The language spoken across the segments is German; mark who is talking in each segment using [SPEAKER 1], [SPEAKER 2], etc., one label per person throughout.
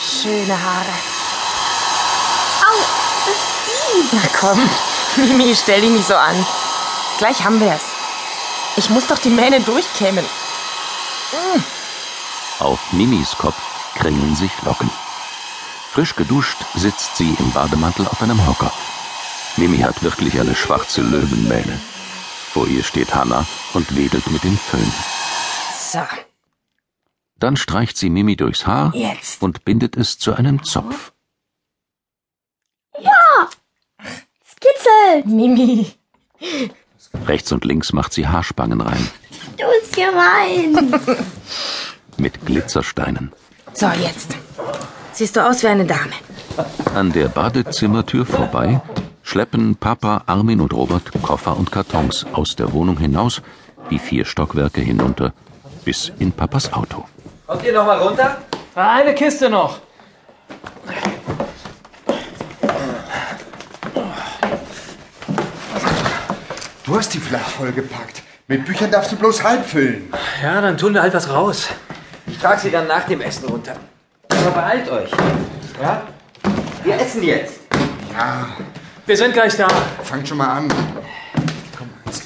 [SPEAKER 1] Schöne Haare.
[SPEAKER 2] Au, das zieht.
[SPEAKER 1] Na komm, Mimi, stell dich nicht so an. Gleich haben wir's. Ich muss doch die Mähne durchkämmen.
[SPEAKER 3] Auf Mimis Kopf kringeln sich Locken. Frisch geduscht sitzt sie im Bademantel auf einem Hocker. Mimi hat wirklich eine schwarze Löwenmähne. Vor ihr steht Hanna und wedelt mit dem Föhn.
[SPEAKER 1] So,
[SPEAKER 3] Dann streicht sie Mimi durchs Haar
[SPEAKER 1] Jetzt.
[SPEAKER 3] und bindet es zu einem Zopf.
[SPEAKER 2] Es kitzelt.
[SPEAKER 1] Mimi.
[SPEAKER 3] Rechts und links macht sie Haarspangen rein
[SPEAKER 2] Du bist gemein.
[SPEAKER 3] mit Glitzersteinen.
[SPEAKER 1] So, jetzt. Siehst du aus wie eine Dame.
[SPEAKER 3] An der Badezimmertür vorbei schleppen Papa, Armin und Robert Koffer und Kartons aus der Wohnung hinaus, die vier Stockwerke hinunter, bis in Papas Auto.
[SPEAKER 4] Kommt ihr nochmal runter?
[SPEAKER 5] Ah, Eine Kiste noch.
[SPEAKER 6] Du hast die Flach vollgepackt. Mit Büchern darfst du bloß halb füllen.
[SPEAKER 5] Ja, dann tun wir halt was raus.
[SPEAKER 4] Ich trage sie dann nach dem Essen runter. Aber beeilt euch. Ja? Wir essen jetzt.
[SPEAKER 5] Wir sind gleich da.
[SPEAKER 6] Fang schon mal an. Komm, eins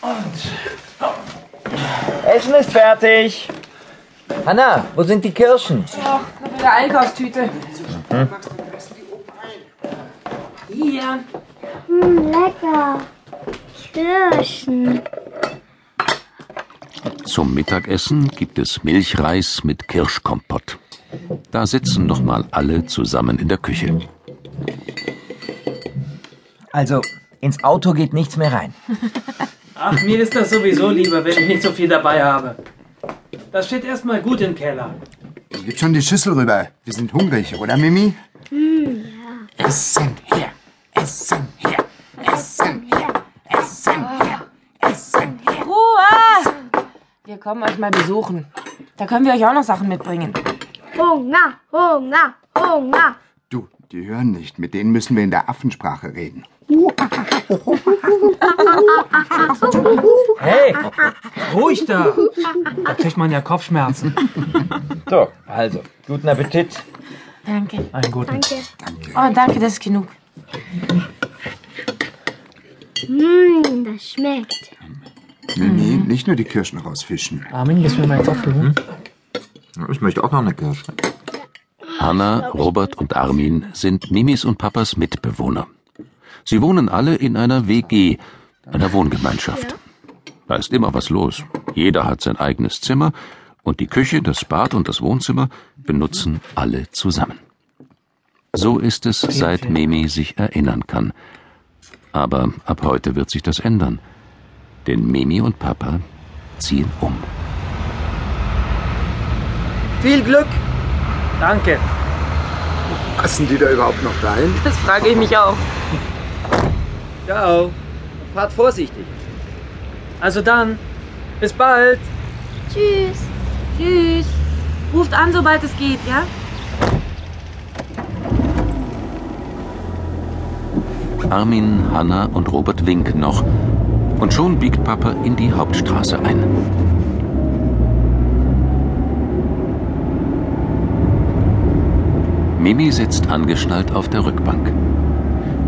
[SPEAKER 6] noch.
[SPEAKER 4] Essen ist fertig. Hanna, wo sind die Kirschen?
[SPEAKER 1] Mit der Einkaufstüte. Hier.
[SPEAKER 2] Hm, lecker. Kirschen.
[SPEAKER 3] Zum Mittagessen gibt es Milchreis mit Kirschkompott. Da sitzen nochmal alle zusammen in der Küche.
[SPEAKER 4] Also, ins Auto geht nichts mehr rein.
[SPEAKER 5] Ach, mir ist das sowieso lieber, wenn ich nicht so viel dabei habe. Das steht erstmal gut im Keller.
[SPEAKER 6] Gib schon die Schüssel rüber. Wir sind hungrig, oder Mimi?
[SPEAKER 1] Ruhe! Wir kommen euch mal besuchen. Da können wir euch auch noch Sachen mitbringen.
[SPEAKER 2] Hunger, Hunger, Hunger.
[SPEAKER 6] Du, die hören nicht. Mit denen müssen wir in der Affensprache reden.
[SPEAKER 5] Hey, ruhig da. Da kriegt man ja Kopfschmerzen.
[SPEAKER 4] So, also, guten Appetit.
[SPEAKER 1] Danke.
[SPEAKER 5] Einen guten.
[SPEAKER 1] Oh, danke, das ist genug.
[SPEAKER 2] Hm, das schmeckt.
[SPEAKER 6] Mimi, nicht nur die Kirschen rausfischen.
[SPEAKER 5] Armin, gibst du mir meinen Kopf holen?
[SPEAKER 7] Ich möchte auch noch eine Kirsche.
[SPEAKER 3] Hanna, Robert und Armin sind Mimis und Papas Mitbewohner. Sie wohnen alle in einer WG, einer Wohngemeinschaft. Da ist immer was los. Jeder hat sein eigenes Zimmer und die Küche, das Bad und das Wohnzimmer benutzen alle zusammen. So ist es, seit Mimi sich erinnern kann. Aber ab heute wird sich das ändern. Denn Mimi und Papa ziehen um.
[SPEAKER 4] Viel Glück.
[SPEAKER 5] Danke.
[SPEAKER 6] Passen die da überhaupt noch rein?
[SPEAKER 1] Das frage ich mich auch.
[SPEAKER 4] Ciao. Fahrt vorsichtig.
[SPEAKER 5] Also dann, bis bald.
[SPEAKER 2] Tschüss.
[SPEAKER 1] Tschüss. Ruft an, sobald es geht, ja?
[SPEAKER 3] Armin, Hanna und Robert winken noch. Und schon biegt Papa in die Hauptstraße ein. Mimi sitzt angeschnallt auf der Rückbank.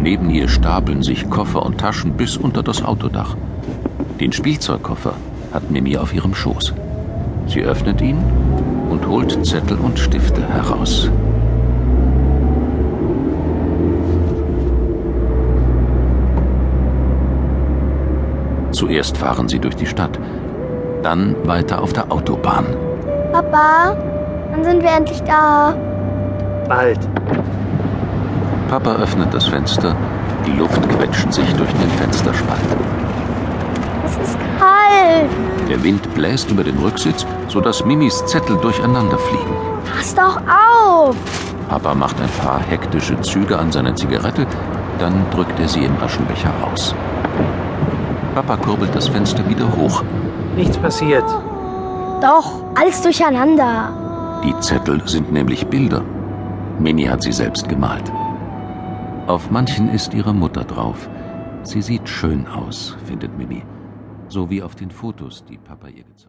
[SPEAKER 3] Neben ihr stapeln sich Koffer und Taschen bis unter das Autodach. Den Spielzeugkoffer hat Mimi auf ihrem Schoß. Sie öffnet ihn und holt Zettel und Stifte heraus. Zuerst fahren sie durch die Stadt, dann weiter auf der Autobahn.
[SPEAKER 2] Papa, dann sind wir endlich da.
[SPEAKER 5] Bald.
[SPEAKER 3] Papa öffnet das Fenster, die Luft quetscht sich durch den Fensterspalt.
[SPEAKER 2] Es ist kalt.
[SPEAKER 3] Der Wind bläst über den Rücksitz, sodass Mimis Zettel durcheinander fliegen.
[SPEAKER 2] Pass doch auf.
[SPEAKER 3] Papa macht ein paar hektische Züge an seiner Zigarette, dann drückt er sie im Aschenbecher aus. Papa kurbelt das Fenster wieder hoch.
[SPEAKER 5] Nichts passiert.
[SPEAKER 2] Doch, alles durcheinander.
[SPEAKER 3] Die Zettel sind nämlich Bilder. Mimi hat sie selbst gemalt. Auf manchen ist ihre Mutter drauf. Sie sieht schön aus, findet Mimi. So wie auf den Fotos, die Papa ihr gezeigt hat.